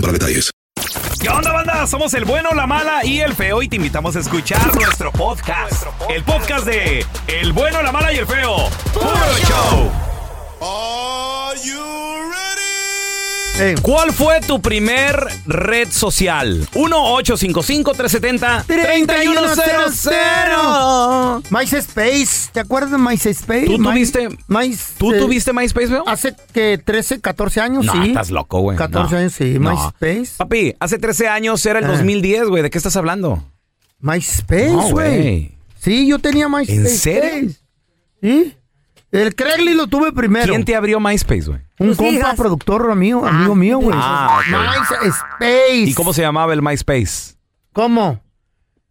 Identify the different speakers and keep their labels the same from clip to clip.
Speaker 1: para detalles.
Speaker 2: ¿Qué onda, banda? Somos el bueno, la mala y el feo y te invitamos a escuchar nuestro podcast. El podcast de El bueno, la mala y el feo. ¡Puro show! ¿Cuál fue tu primer red social? 1-855-370-3100.
Speaker 3: MySpace, ¿te acuerdas de MySpace?
Speaker 2: ¿Tú
Speaker 3: My-
Speaker 2: tuviste-
Speaker 3: Mys-
Speaker 2: ¿Tú
Speaker 3: eh,
Speaker 2: tuviste MySpace, feo?
Speaker 3: Hace que 13, 14 años,
Speaker 2: No,
Speaker 3: sí.
Speaker 2: estás loco, güey.
Speaker 3: 14
Speaker 2: No.
Speaker 3: años, sí.
Speaker 2: No.
Speaker 3: MySpace.
Speaker 2: Papi, hace 13 años era el
Speaker 3: Ah.
Speaker 2: 2010, güey. ¿De qué estás hablando? No,
Speaker 3: MySpace, güey.
Speaker 2: güey.
Speaker 3: sí, yo tenía MySpace.
Speaker 2: serio?
Speaker 3: Sí. El Craigslist lo tuve primero.
Speaker 2: ¿Quién te abrió MySpace, güey?
Speaker 3: Un
Speaker 4: Tus
Speaker 3: compa
Speaker 4: hijas.
Speaker 3: productor mío, amigo mío, güey.
Speaker 2: Ah,
Speaker 3: MySpace.
Speaker 2: ¿Y cómo se llamaba el MySpace?
Speaker 3: ¿Cómo?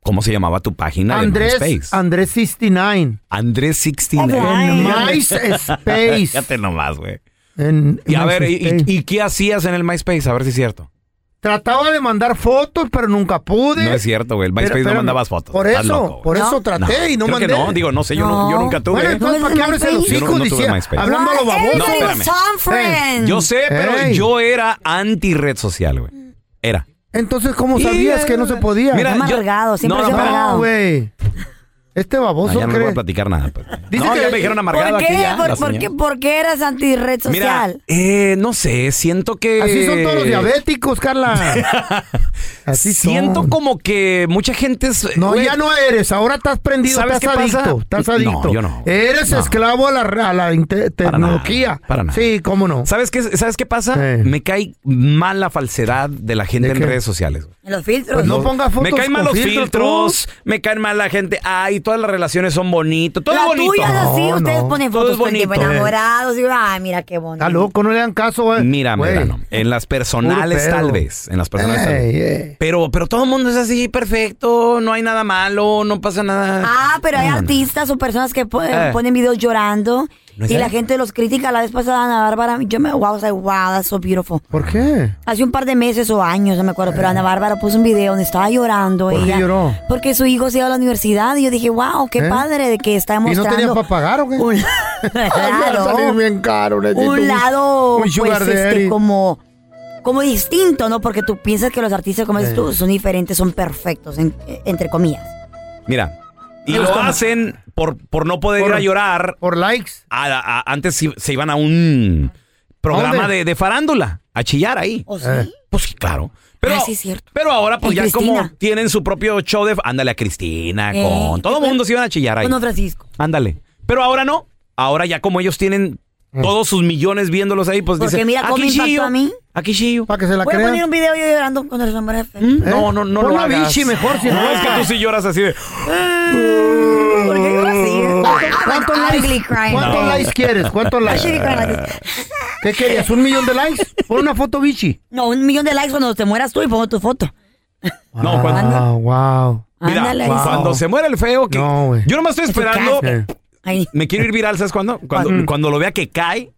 Speaker 2: ¿Cómo se llamaba tu página de
Speaker 3: Andrés,
Speaker 2: MySpace?
Speaker 3: Andrés 69.
Speaker 2: Andrés 69.
Speaker 3: En
Speaker 2: Ya
Speaker 3: MySpace.
Speaker 2: te nomás, güey.
Speaker 3: En
Speaker 2: Y a ver, ¿y,
Speaker 3: MySpace.
Speaker 2: y- y qué hacías en el MySpace? A ver si es cierto.
Speaker 3: Trataba de mandar fotos, pero nunca pude.
Speaker 2: No es cierto, güey. El
Speaker 3: Pero,
Speaker 2: MySpace no
Speaker 3: pero,
Speaker 2: mandabas fotos.
Speaker 3: Por
Speaker 2: Estás
Speaker 3: eso,
Speaker 2: loco, güey.
Speaker 3: por eso traté y no
Speaker 2: Creo
Speaker 3: mandé.
Speaker 2: que no, digo, no sé, yo, no-
Speaker 4: No.
Speaker 2: yo nunca tuve.
Speaker 3: bueno,
Speaker 2: ¿eh?
Speaker 3: entonces, ¿para qué abres el
Speaker 4: Yo
Speaker 2: no-
Speaker 3: hocico?
Speaker 2: no tuve
Speaker 3: diciendo-
Speaker 2: MySpace.
Speaker 3: Hablando a lo baboso.
Speaker 2: No,
Speaker 4: Everybody's
Speaker 2: espérame.
Speaker 4: on friends.
Speaker 2: yo sé, pero
Speaker 3: Ey.
Speaker 2: yo era anti-red social, güey. Era.
Speaker 3: Entonces, ¿cómo
Speaker 2: Y-
Speaker 3: sabías que no se podía?
Speaker 2: Mira,
Speaker 4: Está
Speaker 2: yo-
Speaker 4: amargado, siempre
Speaker 2: no,
Speaker 4: se
Speaker 2: no,
Speaker 4: amargado.
Speaker 3: no, güey. Este
Speaker 2: Ah,
Speaker 3: baboso
Speaker 2: ya no le voy
Speaker 3: cree.
Speaker 2: a platicar nada. pues.
Speaker 3: Dice
Speaker 2: no,
Speaker 3: que-
Speaker 2: ya me dijeron amargado
Speaker 4: ¿Por
Speaker 2: aquí
Speaker 4: qué?
Speaker 2: ya. la
Speaker 4: ¿Por, por
Speaker 2: señora.
Speaker 4: qué, por qué eras anti-red
Speaker 2: Mira,
Speaker 4: social?
Speaker 2: eh, no sé, siento que...
Speaker 3: Así son todos los diabéticos, Carla. Así son.
Speaker 2: Siento como que mucha gente es...
Speaker 3: No,
Speaker 2: güey,
Speaker 3: ya no eres. Ahora estás prendido,
Speaker 2: ¿Sabes
Speaker 3: estás
Speaker 2: qué pasa?
Speaker 3: adicto. Estás
Speaker 2: No,
Speaker 3: adicto.
Speaker 2: yo no.
Speaker 3: Eres
Speaker 2: No.
Speaker 3: esclavo a la, a la inte-
Speaker 2: Para nada,
Speaker 3: tecnología.
Speaker 2: para nada.
Speaker 3: Sí, cómo no.
Speaker 2: ¿Sabes qué, ¿Sabes qué pasa?
Speaker 3: Sí.
Speaker 2: Me cae mal la falsedad de la gente
Speaker 3: ¿De
Speaker 2: en
Speaker 3: qué?
Speaker 2: redes sociales.
Speaker 4: En los filtros.
Speaker 3: Pues no pongas fotos.
Speaker 2: Me caen mal
Speaker 3: con
Speaker 2: los
Speaker 3: filtro,
Speaker 2: filtros, me caen mal la gente. Ay, todas las relaciones son bonitas. Todo
Speaker 4: la
Speaker 2: es bonito.
Speaker 4: tuya es así,
Speaker 3: No,
Speaker 4: ustedes
Speaker 3: no.
Speaker 4: ponen
Speaker 2: Todo
Speaker 4: fotos
Speaker 2: es
Speaker 4: con tiempo
Speaker 2: bonito.
Speaker 4: enamorados y ay, mira qué
Speaker 3: tú.
Speaker 4: bonito.
Speaker 3: Está Ah, loco, no le dan caso, güey.
Speaker 2: Mira,
Speaker 3: Güey.
Speaker 2: mira, no. En las personales
Speaker 3: Puro pedo.
Speaker 2: tal vez. En las personales tal
Speaker 3: Ey,
Speaker 2: vez.
Speaker 3: ey.
Speaker 2: Pero, pero todo el mundo es así, perfecto, no hay nada malo, no pasa nada.
Speaker 4: Ah, pero hay
Speaker 2: No, no.
Speaker 4: artistas o personas que po-
Speaker 2: Eh.
Speaker 4: ponen videos llorando
Speaker 2: ¿No es
Speaker 4: y la
Speaker 2: cierto?
Speaker 4: gente los critica. La vez pasada Ana Bárbara, yo me wow, I was like, wow, that's so beautiful.
Speaker 3: ¿Por qué?
Speaker 4: Hace un par de meses o años, no me acuerdo, pero Ana Bárbara puso un video donde estaba llorando.
Speaker 3: ¿Por qué
Speaker 4: ella,
Speaker 3: lloró?
Speaker 4: Porque su hijo se iba a la universidad y yo dije, wow, qué
Speaker 3: ¿Eh?
Speaker 4: padre de que está
Speaker 3: ¿Y no
Speaker 4: mostrando.
Speaker 3: tenía para pagar o qué?
Speaker 4: un-
Speaker 3: Va a salir
Speaker 4: claro,
Speaker 3: bien caro, necesito
Speaker 4: un lado
Speaker 3: un sugar
Speaker 4: pues, este,
Speaker 3: daddy.
Speaker 4: como, como distinto, ¿no? Porque tú piensas que los artistas, como
Speaker 3: Eh.
Speaker 4: dices tú, son diferentes, son perfectos, en- entre comillas.
Speaker 2: Mira. Y
Speaker 3: Me
Speaker 2: lo
Speaker 3: gusta.
Speaker 2: hacen por, por no poder
Speaker 3: Por-
Speaker 2: ir a llorar.
Speaker 3: Por likes.
Speaker 2: A- a- antes i- se iban a un programa
Speaker 3: ¿Dónde?
Speaker 2: de, de farándula, a chillar ahí.
Speaker 4: ¿O ¿Oh, sí?
Speaker 3: Eh.
Speaker 2: Pues sí, claro. Pero,
Speaker 4: Ah, sí, es cierto.
Speaker 2: pero ahora, pues
Speaker 4: Y
Speaker 2: ya
Speaker 4: Cristina.
Speaker 2: como tienen su propio show de. Ándale a Cristina,
Speaker 4: Eh,
Speaker 2: con. Todo el mundo se iban a chillar ahí.
Speaker 4: Con Don Francisco.
Speaker 2: Ándale. Pero ahora no. Ahora ya como ellos tienen
Speaker 3: Mm.
Speaker 2: todos sus millones viéndolos ahí, pues
Speaker 4: Porque
Speaker 2: dicen.
Speaker 4: mira cómo
Speaker 2: aquí
Speaker 4: me impactó
Speaker 2: chillo,
Speaker 4: a mí".
Speaker 2: Aquí chillo.
Speaker 3: Para que se la
Speaker 4: Voy a
Speaker 3: crean.
Speaker 4: poner un video yo llorando con el sombrero de Fe.
Speaker 2: ¿Mm? No, no, no
Speaker 3: Pon
Speaker 2: lo
Speaker 3: la
Speaker 2: hagas.
Speaker 3: bichi mejor, si no-
Speaker 2: no, es que tú sí lloras así de.
Speaker 4: ¿Por qué llora así?
Speaker 3: ¿Cuántos
Speaker 4: I'm
Speaker 3: likes,
Speaker 4: ugly crying.
Speaker 3: ¿cuántos
Speaker 4: No.
Speaker 3: likes quieres? ¿Cuántos
Speaker 4: I should be crying
Speaker 3: likes?
Speaker 4: like this.
Speaker 3: ¿Qué querías? ¿Un millón de likes? Pon una foto bichi.
Speaker 4: No, un millón de likes cuando te mueras tú y pongo tu foto.
Speaker 2: No, cuando.
Speaker 3: Ah, wow.
Speaker 2: Mira,
Speaker 4: Ándale, ahí sí.
Speaker 2: cuando se muera el feo, que.
Speaker 3: No, güey.
Speaker 2: yo nomás estoy
Speaker 4: Que se
Speaker 2: esperando.
Speaker 4: case.
Speaker 3: Eh.
Speaker 4: Ahí.
Speaker 2: Me quiero ir viral, ¿sabes cuándo? Cuando, cuando lo vea que cae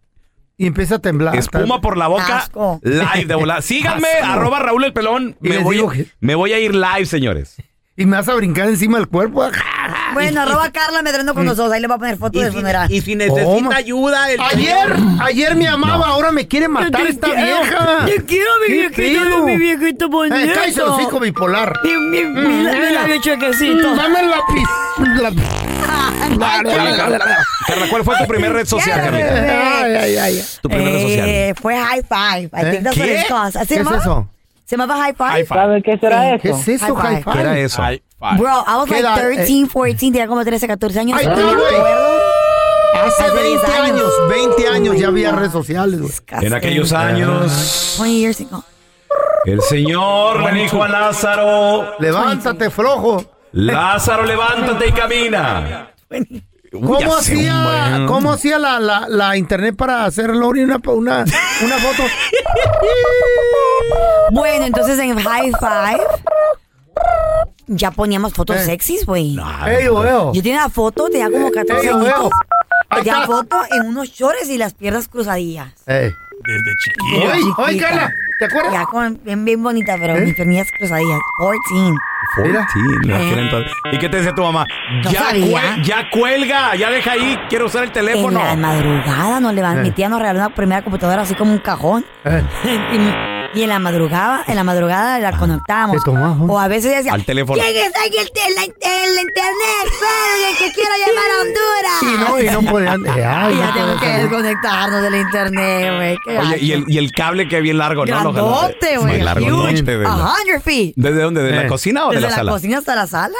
Speaker 3: Y empieza a temblar.
Speaker 2: Espuma por la boca.
Speaker 4: Asco.
Speaker 2: Live de volada. Síganme,
Speaker 3: Asco.
Speaker 2: arroba Raúl el Pelón.
Speaker 3: Y
Speaker 2: Me
Speaker 3: les
Speaker 2: voy,
Speaker 3: digo que-
Speaker 2: me voy a ir live, señores.
Speaker 3: Y me vas a brincar encima del cuerpo. Ah, eh,
Speaker 4: Bueno, arroba Carla Medrano con nosotros. Ahí le va a poner foto de funeral.
Speaker 2: Mm. si
Speaker 3: necesita
Speaker 2: ayuda, el
Speaker 3: Ayer, ayer me amaba, ahora me quiere matar esta vieja.
Speaker 4: Te quiero, mi
Speaker 3: ¿Qué
Speaker 4: viejito,
Speaker 3: pedo?
Speaker 4: mi viejito bonito.
Speaker 3: Eh, cállese el hocico bipolar. Mm, eh.
Speaker 4: Mi, mi, mi, la- mi labio chuequecito.
Speaker 3: Dame el lápiz. La-
Speaker 2: Carla, ¿cuál fue tu primer red social,
Speaker 4: Ay,
Speaker 2: Carlita?
Speaker 4: bebé.
Speaker 3: Ay, ay, ay.
Speaker 2: Tu primer red social.
Speaker 4: Eh, fue High Five. I think that's what
Speaker 3: ¿Qué?
Speaker 4: it's called. ¿Así
Speaker 3: ¿Qué es
Speaker 4: llamaba?
Speaker 3: eso?
Speaker 4: ¿Se llamaba High Five?
Speaker 2: High five.
Speaker 5: ¿Sabe qué será
Speaker 3: ¿Qué
Speaker 5: eso?
Speaker 3: es eso,
Speaker 4: High
Speaker 3: Hi-Fi?
Speaker 4: five.
Speaker 2: ¿Qué era eso?
Speaker 4: Bro, I was like
Speaker 3: ¿Qué edad?
Speaker 4: 13, 14, tenía como 13, 14 años.
Speaker 3: Ay,
Speaker 4: No
Speaker 3: tú,
Speaker 4: me
Speaker 3: güey.
Speaker 4: acuerdo.
Speaker 3: Hace
Speaker 4: Hace 10
Speaker 3: 20
Speaker 4: años.
Speaker 3: años, 20 años ya había redes sociales. güey.
Speaker 2: En aquellos años,
Speaker 4: 20 years ago.
Speaker 2: el Señor le dijo a Lázaro,
Speaker 3: Levántate, flojo.
Speaker 2: Lázaro, levántate y camina. Uy,
Speaker 3: ¿Cómo
Speaker 2: ya sé,
Speaker 3: hacía,
Speaker 2: hombre.
Speaker 3: ¿cómo hacía la, la, la internet para hacer Lori una, una, una foto?
Speaker 4: Bueno, entonces en High Five ya poníamos fotos
Speaker 3: Eh.
Speaker 4: sexys, güey.
Speaker 3: Ey, güey.
Speaker 4: Yo tenía una foto, tenía como 14
Speaker 3: Ey, güey.
Speaker 4: años.
Speaker 3: Ahí
Speaker 4: Tenía
Speaker 3: está.
Speaker 4: foto en unos shorts y las piernas cruzadillas.
Speaker 3: Ey.
Speaker 2: Desde chiquillo.
Speaker 3: Oye, oye, Carla, ¿te
Speaker 4: Ya
Speaker 3: acuerdas?
Speaker 4: con, bien, bien bonita, pero
Speaker 3: ¿Eh?
Speaker 4: mis piernas cruzadillas. 14.
Speaker 3: Mira.
Speaker 2: 14, la que era entonces. ¿Y qué te decía tu mamá?
Speaker 4: Eh. No
Speaker 2: ya,
Speaker 4: sabía.
Speaker 2: cue- ya cuelga, ya deja ahí, quiero usar el
Speaker 4: En
Speaker 2: teléfono.
Speaker 4: la madrugada nos levantó,
Speaker 3: Eh.
Speaker 4: mi tía nos regaló una primera computadora así como un cajón.
Speaker 3: Eh,
Speaker 4: Y, y en la madrugada, en la madrugada la conectábamos.
Speaker 3: Te tomaba.
Speaker 4: O a veces decía,
Speaker 2: Al teléfono.
Speaker 4: ¿Quién está aquí el, te- la- el internet? Espérate, que quiero llamar a
Speaker 3: Y
Speaker 4: Honduras.
Speaker 3: no, y no podían. eh, ay,
Speaker 4: Y ya
Speaker 3: no
Speaker 4: tengo que
Speaker 3: podían.
Speaker 4: desconectarnos del internet, güey. qué
Speaker 2: Oye, y el, y el cable que bien largo, ¿no? Lo jaló.
Speaker 4: Grandote, güey.
Speaker 2: Muy largo,
Speaker 4: Huge.
Speaker 2: ¿no? Este De-
Speaker 4: A hundred feet.
Speaker 2: ¿Desde dónde? ¿De la
Speaker 3: Eh.
Speaker 2: cocina o de
Speaker 4: Desde
Speaker 2: la
Speaker 4: la,
Speaker 2: sala?
Speaker 4: cocina hasta la sala.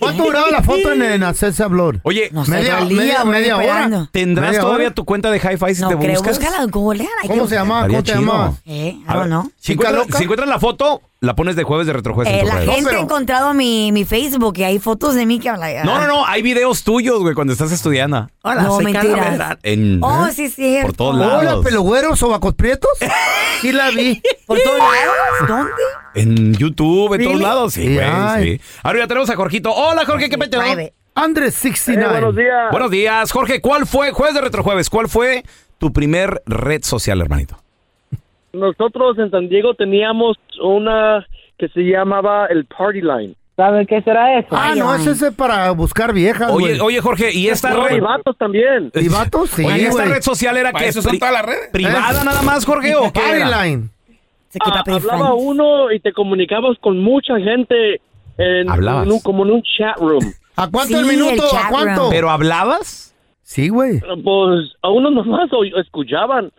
Speaker 3: ¿Cuánto duraba la foto en, en hacerse hablar?
Speaker 2: Oye,
Speaker 4: No sé,
Speaker 3: media,
Speaker 4: todo el día,
Speaker 3: media,
Speaker 4: güey,
Speaker 3: media
Speaker 4: esperando.
Speaker 3: hora. ¿Eh?
Speaker 2: ¿tendrás
Speaker 3: ¿Media
Speaker 2: todavía
Speaker 3: hora?
Speaker 2: tu cuenta de Hi-Fi si
Speaker 4: No
Speaker 2: te
Speaker 4: creo,
Speaker 2: buscas?
Speaker 4: búscala, googlea.
Speaker 3: ¿Cómo se llamaba?
Speaker 2: Estaría
Speaker 3: ¿Cómo te
Speaker 2: chido.
Speaker 3: llamaba?
Speaker 4: Eh, I
Speaker 2: A
Speaker 4: don't
Speaker 2: ver,
Speaker 4: know.
Speaker 2: Si
Speaker 3: Chica
Speaker 2: encuentras,
Speaker 3: loca.
Speaker 2: si encuentras la foto, la pones de jueves de retrojueves
Speaker 4: Eh,
Speaker 2: Pues en tu
Speaker 4: la
Speaker 2: red.
Speaker 4: gente
Speaker 3: pero-
Speaker 4: ha encontrado mi, mi Facebook y hay fotos de mí que hablan.
Speaker 2: No, no, no, hay videos tuyos, güey, cuando estás estudiando.
Speaker 4: No,
Speaker 2: soy Carla
Speaker 4: mentiras.
Speaker 2: Medrano. En-
Speaker 4: Oh, sí, sí.
Speaker 2: Por todos
Speaker 3: Hola,
Speaker 2: lados.
Speaker 3: pelogüeros, sobacos prietos. Sí la vi.
Speaker 4: ¿Por todos lados? ¿Dónde?
Speaker 2: En YouTube, en todos
Speaker 4: Really?
Speaker 2: lados, sí,
Speaker 3: Sí,
Speaker 2: güey,
Speaker 3: ay.
Speaker 2: sí. Ahora ya tenemos a Jorgito. Hola, Jorge, ¿qué peteo?
Speaker 4: Private.
Speaker 3: Andrés 69.
Speaker 5: Eh, buenos días.
Speaker 2: Buenos días, Jorge. ¿Cuál fue, jueves de retrojueves, cuál fue tu primer red social, hermanito?
Speaker 5: Nosotros en San Diego teníamos una que se llamaba el Party Line. ¿Sabe qué será eso?
Speaker 3: Ah,
Speaker 4: Ay,
Speaker 3: no,
Speaker 4: ay.
Speaker 3: ese es para buscar viejas,
Speaker 2: Oye,
Speaker 3: güey.
Speaker 2: oye, Jorge, ¿y esta
Speaker 5: No, y
Speaker 2: red?
Speaker 5: vatos también.
Speaker 3: ¿Y vatos? Sí,
Speaker 2: Oye, ¿esta
Speaker 3: güey.
Speaker 2: red social era que pri- privada
Speaker 3: Eh.
Speaker 2: nada más, Jorge, o qué era?
Speaker 3: Caroline.
Speaker 4: Se quita
Speaker 5: Ah,
Speaker 4: a pedir
Speaker 5: hablaba
Speaker 4: friends.
Speaker 5: uno y te comunicabas con mucha gente en,
Speaker 2: Hablabas.
Speaker 5: en un- como en un chat room.
Speaker 3: ¿A cuánto
Speaker 4: Sí,
Speaker 3: el minuto?
Speaker 4: el
Speaker 3: ¿A
Speaker 4: chat
Speaker 3: cuánto?
Speaker 4: room.
Speaker 2: ¿Pero hablabas?
Speaker 3: Sí, güey.
Speaker 5: Pues a uno nomás o- escuchaban.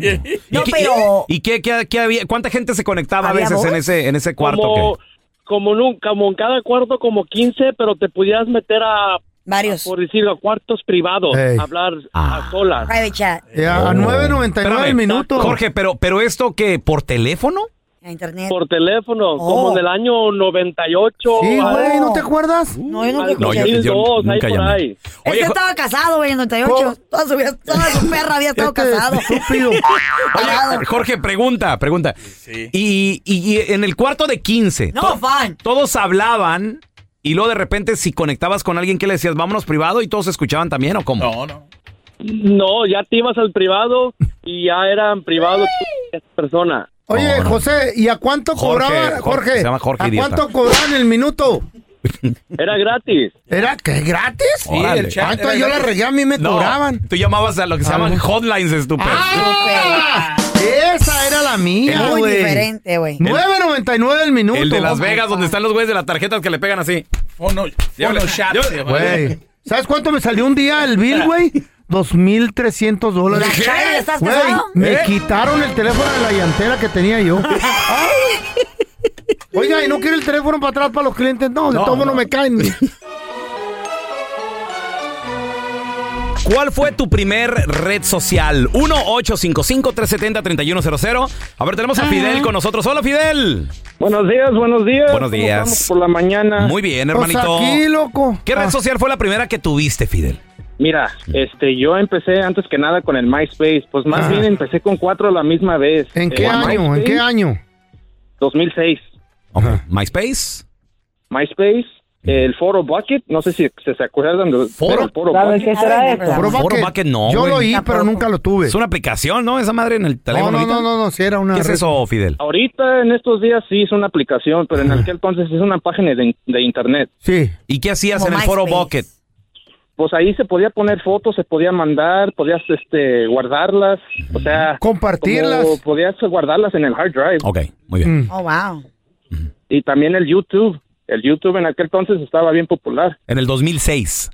Speaker 2: ¿Y
Speaker 4: No,
Speaker 2: qué-
Speaker 4: pero-
Speaker 2: ¿Y qué, qué- qué había? ¿Cuánta gente se conectaba a
Speaker 4: ¿Había
Speaker 2: veces
Speaker 4: voz?
Speaker 2: en ese, en ese cuarto?
Speaker 5: como,
Speaker 2: que-
Speaker 5: como, en un- como en cada cuarto como 15, pero te podías meter a,
Speaker 4: Varios.
Speaker 5: por decirlo, a cuartos privados,
Speaker 3: Ey.
Speaker 5: a hablar
Speaker 2: Ah.
Speaker 5: a solas.
Speaker 4: Private chat.
Speaker 3: Eh, A
Speaker 2: Oh.
Speaker 3: 9.99
Speaker 2: Espérame.
Speaker 3: el minuto.
Speaker 2: Jorge, pero, pero esto que por teléfono?
Speaker 4: A internet.
Speaker 5: Por teléfono, como en el año 98.
Speaker 3: Oh. Sí,
Speaker 5: al-
Speaker 3: güey, ¿no te acuerdas?
Speaker 4: Oh. No, yo no
Speaker 5: al
Speaker 4: te escuché.
Speaker 2: yo- yo
Speaker 5: 2002, ahí
Speaker 2: nunca
Speaker 5: por
Speaker 2: llamé.
Speaker 5: ahí.
Speaker 4: Este
Speaker 2: Oye, Jo-
Speaker 4: estaba casado, güey, en el 98. Toda su, vida- toda su perra había estado
Speaker 3: Este
Speaker 4: casado.
Speaker 3: Estúpido.
Speaker 4: Parado.
Speaker 2: Jorge, pregunta, pregunta. Y, y- y en el cuarto de 15,
Speaker 4: No, fan.
Speaker 2: todos hablaban y luego de repente si conectabas con alguien que le decías, vámonos privado y todos escuchaban también o cómo? No,
Speaker 5: No, ya te ibas al privado y ya eran privados personas.
Speaker 3: Oye,
Speaker 2: Ahora.
Speaker 3: José, ¿y a cuánto
Speaker 2: Jorge,
Speaker 3: cobraban?
Speaker 2: Jorge,
Speaker 3: Jorge,
Speaker 2: se llama Jorge,
Speaker 3: ¿a
Speaker 2: idiota.
Speaker 3: cuánto cobraban el minuto?
Speaker 5: Era gratis.
Speaker 3: ¿Era que gratis?
Speaker 2: Sí, el chat
Speaker 3: ¿Cuánto yo la regué a mí me cobraban?
Speaker 2: Tú llamabas a lo que se llaman hotlines, estúpido.
Speaker 3: ¡Ah! Esa era la mía,
Speaker 4: Muy
Speaker 3: güey.
Speaker 4: diferente, güey.
Speaker 3: 9.99 el minuto.
Speaker 2: El de Las Vegas, donde están los güeyes de las tarjetas que le pegan así. Llévale, llévale.
Speaker 3: Güey. ¿Sabes cuánto me salió un día el bill, güey? 2.300 dólares.
Speaker 4: ¿La cara estás
Speaker 3: Güey,
Speaker 4: casado?
Speaker 3: me
Speaker 2: ¿Eh?
Speaker 3: quitaron el teléfono de la llantera que tenía yo. Oiga, ¿y no quiere el teléfono para atrás para los clientes? No, de
Speaker 2: No,
Speaker 3: todo no.
Speaker 2: no.
Speaker 3: me caen.
Speaker 2: ¿Cuál fue tu primer red social? 1-855-370-3100. A ver,
Speaker 3: Ah.
Speaker 2: tenemos a Fidel con nosotros. Hola, Fidel.
Speaker 5: Buenos días, buenos días.
Speaker 2: Buenos
Speaker 5: ¿Cómo
Speaker 2: días.
Speaker 5: estamos por la mañana.
Speaker 2: Muy bien,
Speaker 3: Pues
Speaker 2: hermanito.
Speaker 3: aquí, loco.
Speaker 2: ¿Qué red
Speaker 3: Ah,
Speaker 2: social fue la primera que tuviste, Fidel?
Speaker 5: Mira, este, yo empecé antes que nada con el MySpace. Pues más
Speaker 3: Ajá.
Speaker 5: bien empecé con cuatro a la misma vez.
Speaker 3: Ah. ¿En
Speaker 5: Eh,
Speaker 3: qué año? Ah. ¿En
Speaker 5: MySpace,
Speaker 3: qué año?
Speaker 5: 2006.
Speaker 2: Ok, ¿MySpace?
Speaker 5: MySpace, el Foro Bucket, no sé si se, se acuerdan del
Speaker 2: ¿Foro?
Speaker 5: del Foro
Speaker 2: ¿Saben
Speaker 5: Bucket.
Speaker 2: qué será eso? Foro Bucket, no,
Speaker 3: Yo lo
Speaker 2: güey.
Speaker 3: oí, pero nunca lo tuve.
Speaker 2: Es una aplicación, ¿no? Esa madre en el teléfono.
Speaker 3: No, no,
Speaker 2: ahorita.
Speaker 3: no, no, no, sí era una.
Speaker 2: ¿Qué es
Speaker 3: red-
Speaker 2: eso, Fidel?
Speaker 5: Ahorita en estos días sí es una aplicación, pero en aquel entonces es una página de, de internet.
Speaker 3: Sí.
Speaker 2: ¿Y qué hacías
Speaker 4: Como
Speaker 2: en el foro
Speaker 4: MySpace.
Speaker 2: Bucket?
Speaker 5: Pues ahí se podía poner fotos, se podía mandar, podías este guardarlas, o sea,
Speaker 3: Compartirlas.
Speaker 5: como podías guardarlas en el hard drive
Speaker 2: Ok, muy bien.
Speaker 3: Mm.
Speaker 4: Oh, wow.
Speaker 5: y también el YouTube. El YouTube en aquel entonces estaba bien popular.
Speaker 2: En el 2006.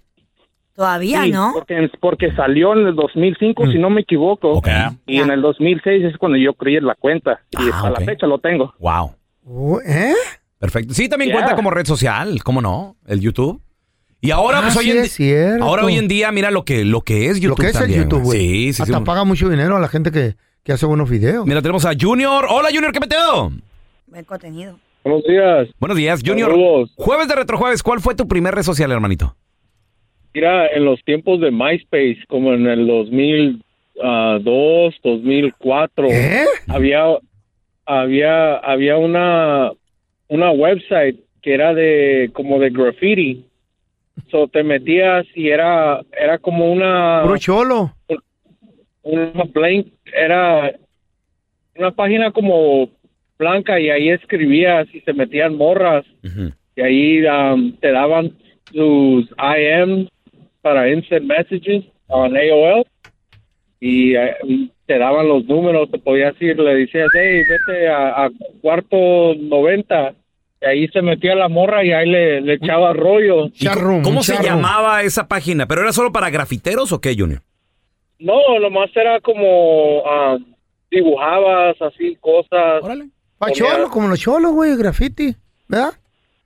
Speaker 4: Todavía,
Speaker 5: Sí,
Speaker 4: ¿no?
Speaker 5: Porque, porque salió en el 2005, si no me equivoco.
Speaker 2: Mm. Ok.
Speaker 5: Y en el 2006 es cuando yo creé la cuenta. Y
Speaker 2: Ah,
Speaker 5: hasta
Speaker 2: ok.
Speaker 5: la fecha lo tengo.
Speaker 2: Wow.
Speaker 3: Oh, ¿Eh?
Speaker 2: Perfecto. Sí, también
Speaker 5: Yeah.
Speaker 2: cuenta como red social, ¿cómo no? El YouTube. Y ahora,
Speaker 3: Ah,
Speaker 2: pues, hoy
Speaker 3: sí,
Speaker 2: en di-
Speaker 3: es cierto.
Speaker 2: ahora hoy en día, mira lo que, lo que es YouTube.
Speaker 3: Lo que es
Speaker 2: también,
Speaker 3: el YouTube, güey.
Speaker 2: Sí, sí, sí.
Speaker 3: Hasta paga mucho dinero a la gente que, que hace buenos videos.
Speaker 2: Mira, tenemos a Junior. Hola, Junior, ¿qué meteo?
Speaker 4: Buen contenido.
Speaker 5: Buenos días.
Speaker 2: Buenos días, Junior.
Speaker 5: Saludos.
Speaker 2: Jueves de Retrojueves, ¿cuál fue tu primer red social, hermanito?
Speaker 5: Mira, en los tiempos de MySpace, como en el ah, 2002, 2004,
Speaker 3: ¿Eh?
Speaker 5: había, había, había una, una website que era de como de graffiti. So, te metías y era, era como una...
Speaker 3: Puro cholo.
Speaker 5: una blank, era una página como blanca y ahí escribías y se metían morras y ahí um, te daban sus IM para instant messages on AOL y eh, te daban los números, te podías ir, le decías, hey, vete a, a cuarto 90 y ahí se metía la morra y ahí le, le echaba rollo.
Speaker 2: ¿Y co-
Speaker 3: Charrum,
Speaker 2: ¿Cómo se
Speaker 3: charrum.
Speaker 2: llamaba esa página? ¿Pero era solo para grafiteros o qué, Junior?
Speaker 5: No, nomás era como ah, dibujabas así cosas.
Speaker 2: Órale.
Speaker 3: Pa' cholo, como los cholos, güey, graffiti. ¿Verdad?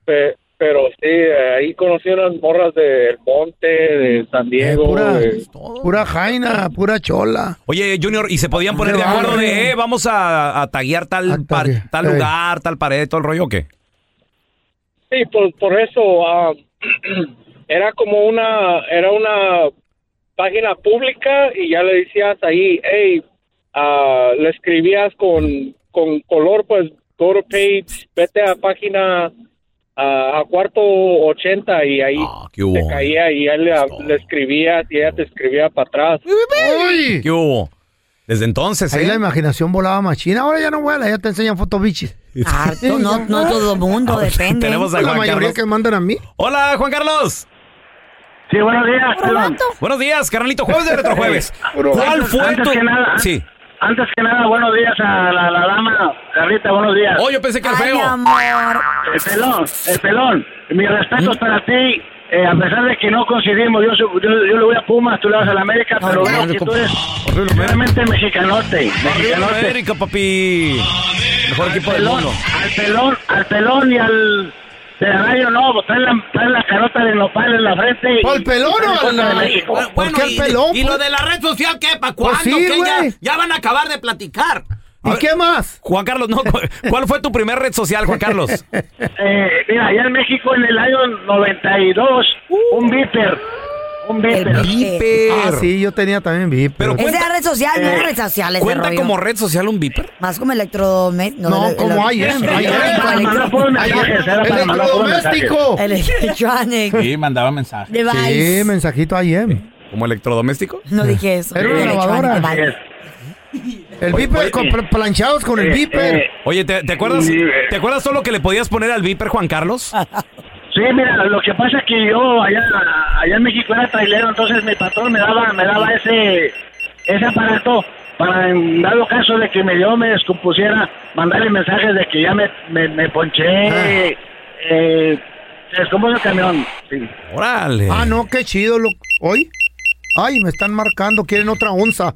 Speaker 5: Pe- pero sí, eh, ahí conocí unas morras del monte, de San
Speaker 3: Eh,
Speaker 5: Diego.
Speaker 3: pura,
Speaker 5: de-
Speaker 3: pura jaina, pura chola.
Speaker 2: Oye, Junior, ¿y se podían poner
Speaker 3: Qué
Speaker 2: de acuerdo
Speaker 3: barrio.
Speaker 2: de, eh, vamos a, a taguear tal,
Speaker 3: A
Speaker 2: par-
Speaker 3: taguear,
Speaker 2: tal
Speaker 3: eh.
Speaker 2: lugar, tal pared, todo el rollo o qué?
Speaker 5: Sí, por, por eso ah, era como una, era una página pública y ya le decías ahí, hey, ah, le escribías con, con color, pues go to page, vete a página ah, a cuarto 80 y ahí
Speaker 2: Ah, ¿qué hubo?
Speaker 5: te caía y ya le, le escribías y ella te escribía para atrás.
Speaker 3: ¡Uy!
Speaker 2: ¿Qué hubo? Desde entonces,
Speaker 3: Ahí
Speaker 2: ¿eh?
Speaker 3: la imaginación volaba machina. Ahora ya no vuela, ya te enseñan fotos bichis.
Speaker 4: Harto, no, no todo mundo, depende.
Speaker 2: Ah, pues, Tenemos a
Speaker 3: La
Speaker 2: Juan
Speaker 3: mayoría
Speaker 2: Carlos.
Speaker 3: que mandan a mí.
Speaker 2: Hola, Juan Carlos.
Speaker 6: Sí, buenos días.
Speaker 4: Puro vato.
Speaker 2: Buenos días, carnalito. Jueves de Retrojueves.
Speaker 6: Puro.
Speaker 2: ¿Cuál fue
Speaker 6: Antes
Speaker 2: tu...?
Speaker 6: que nada.
Speaker 2: Sí.
Speaker 6: Antes que nada, buenos días a la, la dama. Carlita, buenos días.
Speaker 2: Oh, yo pensé que el
Speaker 4: Ay,
Speaker 2: feo.
Speaker 4: amor.
Speaker 6: El pelón, el pelón. Mis
Speaker 2: ¿Mm?
Speaker 6: respetos para ti. Eh, a pesar de que no coincidimos, yo, su- yo, yo le voy a Pumas, tú le vas a la América, pero
Speaker 2: no,
Speaker 6: veo
Speaker 2: no,
Speaker 6: que tú
Speaker 2: compa.
Speaker 6: eres
Speaker 2: Arriba la América.
Speaker 6: realmente mexicanote.
Speaker 2: Arriba la
Speaker 6: mexicanote.
Speaker 2: América, papi. Mejor equipo del
Speaker 6: Pelón, Ah,
Speaker 2: mundo.
Speaker 6: al pelón, al pelón y al de rayo no, pues trae la, trae la carota de nopal en la frente. y-
Speaker 3: ¿Pal pelón
Speaker 6: y trae
Speaker 3: o al-
Speaker 6: la de
Speaker 3: al-
Speaker 6: México.
Speaker 3: ¿Por qué el pelón? pues?
Speaker 2: de la red social qué? ¿Para
Speaker 3: Pues sí, güey.
Speaker 2: van a acabar de platicar. A
Speaker 3: ¿Y
Speaker 2: ver,
Speaker 3: qué más?
Speaker 2: Juan Carlos, no, cu- ¿cuál fue tu primer red social, Juan Carlos?
Speaker 6: Eh, mira, allá en México en el año 92, un viper, un viper.
Speaker 4: El
Speaker 2: Viper.
Speaker 3: Ah, sí, yo tenía también VIP.
Speaker 2: Pero
Speaker 4: Es de
Speaker 2: Cuenta-
Speaker 4: la red social,
Speaker 6: Eh,
Speaker 4: no es red social, ese
Speaker 2: ¿Cuenta
Speaker 4: rollo.
Speaker 2: como red social un viper?
Speaker 4: Más como electrodoméstico.
Speaker 3: No, como IM,
Speaker 4: IM.
Speaker 3: IM.
Speaker 6: Era para mandar puros mensajes, era para mandar puros mensajes.
Speaker 3: ¡Electrodoméstico!
Speaker 4: Electronic
Speaker 7: Sí, mandaba mensajes.
Speaker 4: device.
Speaker 3: Sí, mensajito em. IM.
Speaker 2: ¿Como electrodoméstico?
Speaker 4: No dije eso.
Speaker 3: Era una
Speaker 4: Electronic
Speaker 3: lavadora.
Speaker 4: device.
Speaker 3: El viper con pl- planchados con el
Speaker 6: Eh,
Speaker 3: viper.
Speaker 6: eh,
Speaker 2: Oye, ¿te, te acuerdas?
Speaker 6: Sí.
Speaker 2: ¿Te acuerdas todo lo que le podías poner al viper, Juan Carlos?
Speaker 6: Sí, mira, lo que pasa es que yo allá, allá en México era trailero, entonces mi patrón me daba, me daba ese, ese aparato para en dado caso de que me yo me descompusiera, mandarle mensajes de que ya me, me, me ponché, eh, se descompuso el camión. Sí.
Speaker 2: Órale.
Speaker 3: Ah, no, qué chido. Lo... ¿Hoy? Ay, me están marcando, quieren otra onza.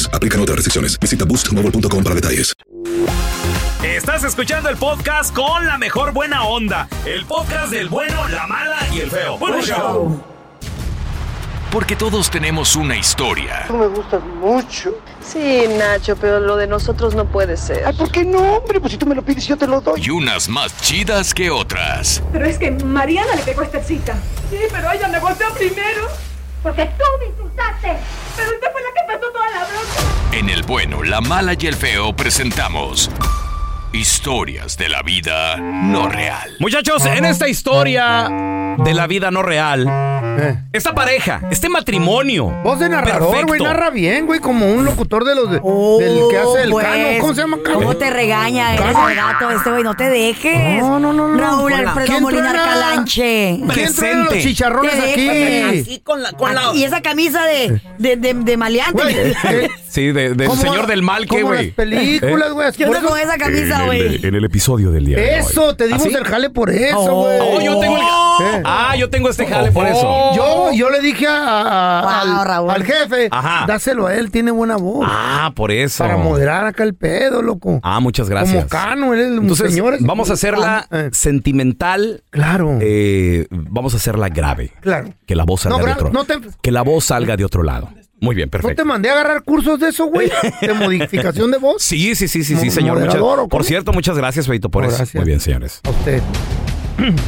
Speaker 1: Aplican otras restricciones. Visita boostmobile.com para detalles.
Speaker 2: Estás escuchando el podcast con la mejor buena onda. El podcast del bueno, la mala y el feo. Bueno, show.
Speaker 8: Porque todos tenemos una historia.
Speaker 9: Tú me gustas mucho.
Speaker 10: Sí, Nacho, pero lo de nosotros no puede ser. Ay, ¿por qué no, hombre? Pues si tú me lo pides, yo te lo doy.
Speaker 8: Y unas más chidas que otras.
Speaker 11: Pero es que Mariana le pegó esta cita. Sí, pero ella me golpeó primero. Porque tú me insultaste. Pero usted fue la que pasó toda la bronca.
Speaker 8: En el bueno, la mala y el feo presentamos historias de la vida no real.
Speaker 2: Muchachos, en esta historia de la vida no real, esta pareja, este matrimonio.
Speaker 3: Voz Eh. de narrador,
Speaker 2: perfecto.
Speaker 3: güey, narra bien, güey, como un locutor de los de- del que hace el
Speaker 4: pues,
Speaker 3: cano. ¿Cómo se llama cano?
Speaker 4: ¿Cómo te regaña el
Speaker 3: Cano.
Speaker 4: gato este güey? No te dejes.
Speaker 3: No, no, no, no.
Speaker 4: Raúl
Speaker 3: Hola.
Speaker 4: Alfredo
Speaker 3: ¿Quién
Speaker 4: Molina
Speaker 3: truena?
Speaker 4: Calanche.
Speaker 3: ¿Quién truena los chicharrones aquí?
Speaker 4: con la, Y esa camisa de, de, de, de maleante.
Speaker 3: Güey, eh,
Speaker 2: Sí, de- del
Speaker 3: ¿Cómo-
Speaker 2: señor del mal, ¿qué,
Speaker 3: cómo
Speaker 2: güey?
Speaker 3: las películas, güey?
Speaker 4: ¿Qué
Speaker 3: Por
Speaker 4: onda
Speaker 3: eso-
Speaker 4: con esa camisa, güey?
Speaker 2: En el episodio del
Speaker 3: Eso, te dimos
Speaker 2: ¿Ah, sí?
Speaker 3: el jale por eso,
Speaker 2: Oh,
Speaker 3: güey.
Speaker 2: yo tengo el-
Speaker 4: Oh.
Speaker 3: Eh.
Speaker 2: Ah, yo tengo este jale por eso.
Speaker 3: Yo, yo le dije a- a-
Speaker 4: Wow,
Speaker 3: al,
Speaker 4: Raúl.
Speaker 3: al jefe,
Speaker 2: Ajá.
Speaker 3: dáselo a él, tiene buena voz.
Speaker 2: Ah, por eso.
Speaker 3: Para moderar acá el pedo, loco.
Speaker 2: Ah, muchas gracias.
Speaker 3: Como Cano, él es un
Speaker 2: Entonces,
Speaker 3: señor.
Speaker 2: vamos a hacerla sentimental.
Speaker 3: eh. Claro.
Speaker 2: Eh, vamos a hacerla grave.
Speaker 3: Claro.
Speaker 2: Que la voz salga
Speaker 3: No,
Speaker 2: de
Speaker 3: gra-
Speaker 2: otro
Speaker 3: no te-
Speaker 2: Que la voz salga de otro lado. Muy bien,
Speaker 3: No
Speaker 2: perfecto.
Speaker 3: te mandé a agarrar cursos de eso, güey. De modificación de voz.
Speaker 2: Sí, sí, sí, sí, sí,
Speaker 3: Mo-
Speaker 2: señor. Muchas-
Speaker 3: moderador, ¿o
Speaker 2: por
Speaker 3: cómo?
Speaker 2: cierto, muchas gracias, Feito, por
Speaker 3: No,
Speaker 2: eso.
Speaker 3: gracias.
Speaker 2: Muy bien, señores.
Speaker 3: A usted.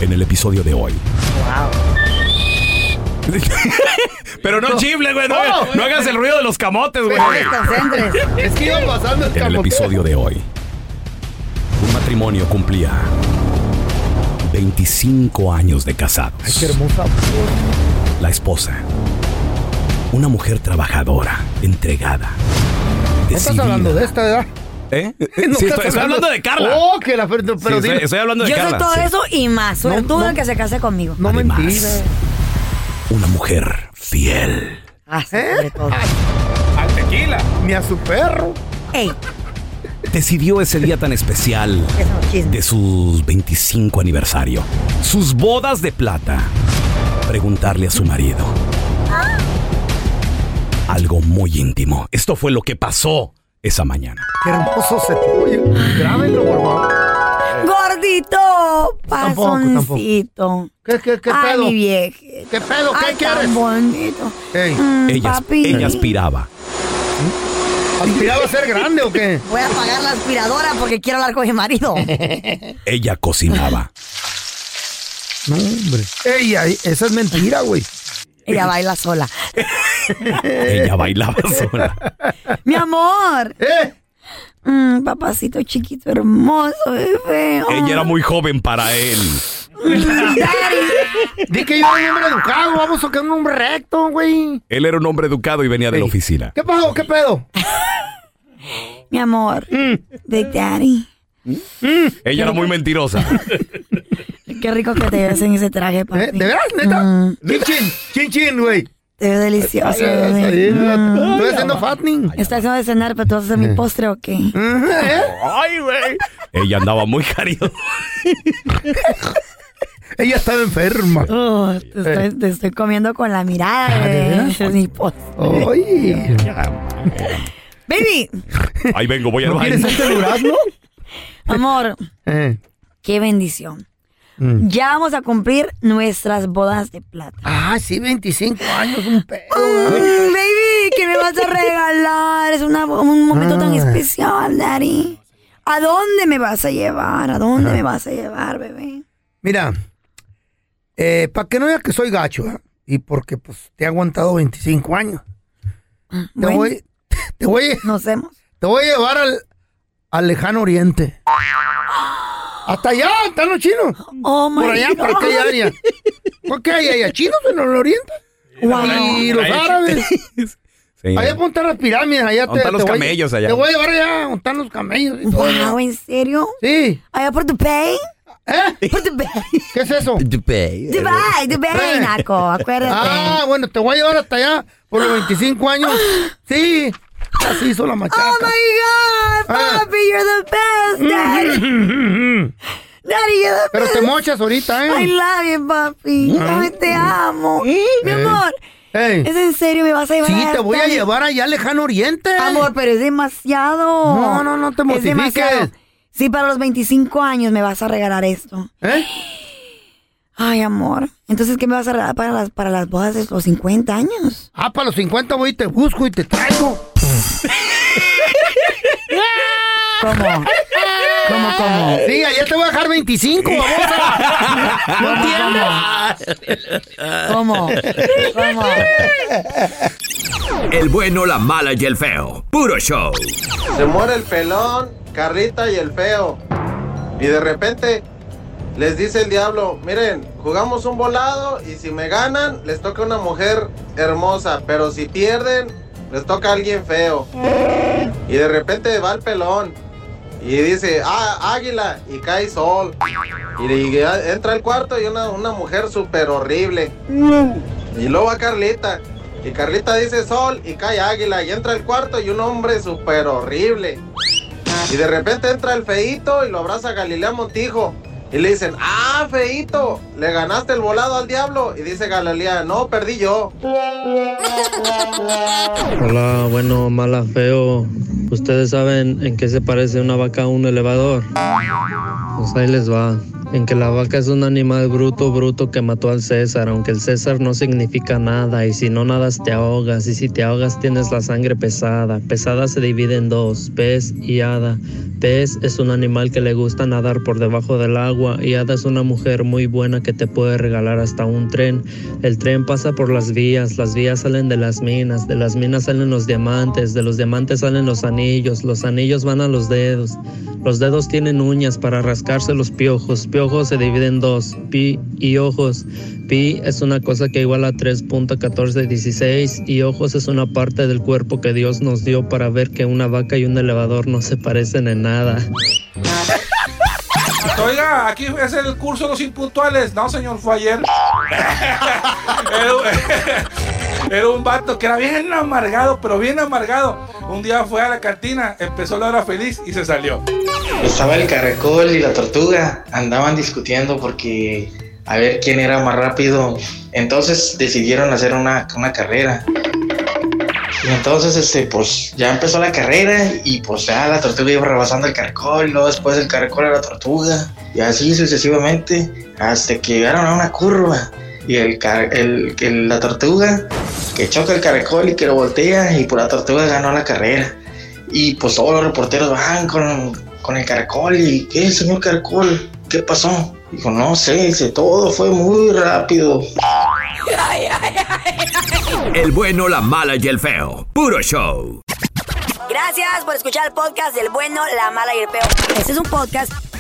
Speaker 2: En el episodio de hoy. Pero no chifle, güey. No,
Speaker 3: No.
Speaker 2: no hagas el ruido de los camotes, güey.
Speaker 3: Es que iba pasando el
Speaker 2: En el
Speaker 3: camotero.
Speaker 2: episodio de hoy, un matrimonio cumplía 25 años de
Speaker 3: Ay, qué
Speaker 2: casados.
Speaker 3: hermosa voz.
Speaker 2: La esposa, una mujer trabajadora, entregada,
Speaker 3: ¿No estás hablando
Speaker 2: decidida.
Speaker 3: de esta edad?
Speaker 2: ¿Eh? Sí,
Speaker 3: ¿No
Speaker 2: estoy,
Speaker 3: estás
Speaker 2: estoy hablando de Carla.
Speaker 3: Oh, que la... Pero,
Speaker 2: Sí,
Speaker 3: pero
Speaker 2: estoy,
Speaker 3: dime,
Speaker 2: estoy hablando de
Speaker 4: Yo soy
Speaker 2: Carla.
Speaker 4: todo
Speaker 2: sí.
Speaker 4: eso y más.
Speaker 3: No,
Speaker 4: Suertuda
Speaker 3: no.
Speaker 4: que se case conmigo.
Speaker 3: no
Speaker 2: Además.
Speaker 3: mentira.
Speaker 2: Una mujer fiel.
Speaker 4: Ah, sí,
Speaker 3: ¿Eh?
Speaker 4: sobre todo.
Speaker 2: Al tequila.
Speaker 3: Ni a su perro.
Speaker 4: Ey,
Speaker 2: Decidió ese día tan especial
Speaker 4: eso es chisme.
Speaker 2: de sus 25 aniversario, sus bodas de plata, preguntarle a su marido algo muy íntimo. Esto fue lo que pasó esa mañana.
Speaker 3: Qué hermoso se te oye. Grábenlo, por favor.
Speaker 4: Gordito,
Speaker 3: Tampoco,
Speaker 4: pasoncito.
Speaker 3: ¿Qué, qué, qué
Speaker 4: Ay,
Speaker 3: pedo?
Speaker 4: mi vieja.
Speaker 3: ¿Qué pedo? ¿Qué
Speaker 4: Ay,
Speaker 3: quieres?
Speaker 4: tan bonito.
Speaker 3: Ey,
Speaker 4: Mm,
Speaker 2: Ella,
Speaker 4: papi.
Speaker 2: ella aspiraba.
Speaker 3: ¿Aspiraba a ser grande o qué?
Speaker 4: Voy a apagar la aspiradora porque quiero hablar con mi marido.
Speaker 2: Ella cocinaba.
Speaker 3: No, hombre. Ey, ay, esa es mentira, güey.
Speaker 4: Ella baila sola.
Speaker 2: Ella bailaba sola.
Speaker 4: Mi amor.
Speaker 3: ¿Eh?
Speaker 4: Mm, papacito chiquito, hermoso, bebé.
Speaker 2: Ella era muy joven para él.
Speaker 3: Di que yo era un hombre educado, vamos a que era un hombre recto, güey.
Speaker 2: Él era un hombre educado y venía de la
Speaker 3: Ey.
Speaker 2: oficina.
Speaker 3: ¿Qué pasó? ¿Qué pedo?
Speaker 4: Mi amor,
Speaker 3: Mm.
Speaker 4: de daddy.
Speaker 2: Ella era muy mentirosa.
Speaker 4: Qué rico que te ves en ese traje, papi.
Speaker 3: ¿Eh? ¿De veras, neta?
Speaker 4: Mm,
Speaker 3: Chin, chin, chin, chin, güey.
Speaker 4: te ves
Speaker 3: Ay,
Speaker 4: delicioso,
Speaker 3: ay,
Speaker 4: bebé.
Speaker 3: ay,
Speaker 4: Mm.
Speaker 3: Estoy haciendo fattening. Eh.
Speaker 4: Estás haciendo de cenar, pero tú vas a hacer mi postre o qué?
Speaker 3: Ujú, ¿eh?
Speaker 2: Ay, güey. Ella andaba muy cariño.
Speaker 3: Ella estaba enferma.
Speaker 4: Oh, te, estoy, te estoy comiendo con la mirada, bebé. Ese es mi postre.
Speaker 3: Ah, Ay.
Speaker 4: Baby,
Speaker 2: Ahí vengo, voy al
Speaker 3: ¿No
Speaker 2: baño.
Speaker 3: quieres este durazno?
Speaker 4: amor,
Speaker 3: Eh.
Speaker 4: qué bendición.
Speaker 3: Mm.
Speaker 4: Ya vamos a cumplir nuestras bodas de plata.
Speaker 3: Ah, sí, 25 años, un pedo. güey.
Speaker 4: Mm,
Speaker 3: Ah.
Speaker 4: baby, ¿qué me vas a regalar? Es una- un momento tan especial, Daddy. ¿A dónde me vas a llevar? ¿A dónde me vas a llevar, bebé?
Speaker 3: Mira, para que no veas que soy gacho, ¿eh? y porque pues te he aguantado 25 años. Te
Speaker 4: Ah, bueno.
Speaker 3: voy, te voy,
Speaker 4: Nos vemos.
Speaker 3: Te voy a llevar al, al lejano oriente. Hasta allá están los chinos.
Speaker 4: Oh my
Speaker 3: Por allá,
Speaker 4: God.
Speaker 3: ¿para qué área? ¿Por qué hay allá? ¿Chinos en el oriente? Y los árabes.
Speaker 9: Sí.
Speaker 3: Allá ponte las pirámides, allá
Speaker 9: ¿Dónde
Speaker 3: te,
Speaker 9: están los
Speaker 3: te voy-
Speaker 9: camellos allá?
Speaker 3: Te voy a llevar allá, donde están los camellos. y todo.
Speaker 4: Wow, ¿en serio?
Speaker 3: Sí.
Speaker 4: ¿Allá por Dubai?
Speaker 3: ¿Eh?
Speaker 4: ¿Por Dubai?
Speaker 3: ¿Qué es eso? Eh.
Speaker 9: Dubai.
Speaker 4: Dubai, Dubai, naco, acuérdate.
Speaker 3: Ah, bueno, te voy a llevar hasta allá por los 25 años. Sí, así hizo la machaca. Ah. Mm,
Speaker 4: Oh my God, Oh, papi, you're the best, daddy. Daddy, you're the
Speaker 3: Pero
Speaker 4: best.
Speaker 3: te mochas ahorita, ¿eh?
Speaker 4: I love you,
Speaker 3: Mm.
Speaker 4: papi. Ay, te amo. Mi amor.
Speaker 3: Eh. Ey.
Speaker 4: ¿Es en serio? ¿Me vas a llevar
Speaker 3: Sí,
Speaker 4: allá,
Speaker 3: te voy a
Speaker 4: daddy?
Speaker 3: llevar allá al lejano oriente.
Speaker 4: Amor, pero es demasiado.
Speaker 3: No, no, no te
Speaker 4: Es
Speaker 3: mortifiques.
Speaker 4: demasiado. Sí, para los 25 años me vas a regalar esto.
Speaker 3: ¿Eh?
Speaker 4: Ay, amor. Entonces, ¿qué me vas a regalar para las, para las bodas de los 50 años?
Speaker 3: Ah, para los 50 voy y te busco y te traigo.
Speaker 4: ¿Cómo? ¿Cómo, cómo?
Speaker 3: Sí, allá te voy a dejar 25, babosa. ¿No entiendes?
Speaker 4: ¿Cómo? ¿Cómo?
Speaker 12: El bueno, la mala y el feo. Puro show.
Speaker 13: Se muere el pelón, Carlita y el feo. Y de repente les dice el diablo, miren, jugamos un volado y si me ganan, les toca una mujer hermosa, pero si pierden, les toca alguien feo. Y de repente va el pelón y dice, ah, águila, y cae sol. Y, le- "Ah, entra al cuarto y una, una mujer súper horrible. Y luego va Carlita. Y Carlita dice sol y cae águila. Y entra al cuarto y un hombre súper horrible. Y de repente entra el feito y lo abraza Galilea Montijo. Y le dicen, ah, feito, le ganaste el volado al diablo. Y dice Galilea, no, perdí yo.
Speaker 14: Hola, bueno, mala, feo. Ustedes saben en qué se parece una vaca a un elevador. Pues ahí les va. En que la vaca es un animal bruto, bruto que mató al César, aunque el César no significa nada, y si no nadas te ahogas, y si te ahogas tienes la sangre pesada. Pesada se divide en dos, pez y hada. Pez es un animal que le gusta nadar por debajo del agua, y hada es una mujer muy buena que te puede regalar hasta un tren. El tren pasa por las vías, las vías salen de las minas, de las minas salen los diamantes, de los diamantes salen los anillos, los anillos van a los dedos. Los dedos tienen uñas para rascarse los piojos. Piojos se dividen en dos, pi y ojos. Pi es una cosa que iguala a 3.1416 y ojos es una parte del cuerpo que Dios nos dio para ver que una vaca y un elevador no se parecen en nada.
Speaker 15: Oiga, aquí es el curso de los impuntuales. No, señor, fue ayer. Era un- Era un vato que era bien amargado, pero bien amargado. Un día fue a la cantina, empezó la hora feliz y se salió.
Speaker 16: Estaba el caracol y la tortuga, andaban discutiendo porque a ver quién era más rápido. Entonces decidieron hacer una, una carrera. Y entonces, este, pues ya empezó la carrera y pues ya la tortuga iba rebasando el caracol, y luego después el caracol a la tortuga, y así sucesivamente hasta que llegaron a una curva. Y el, car- el- el- la tortuga que choca el caracol y que lo voltea, y por la tortuga ganó la carrera. Y pues todos los reporteros van con, con el caracol y, ¿qué, señor caracol? ¿Qué pasó? Dijo, no sé, dice, todo fue muy rápido.
Speaker 12: El bueno, la mala y el feo. Puro show.
Speaker 4: Gracias por escuchar el podcast del bueno, la mala y el peor. Este es un podcast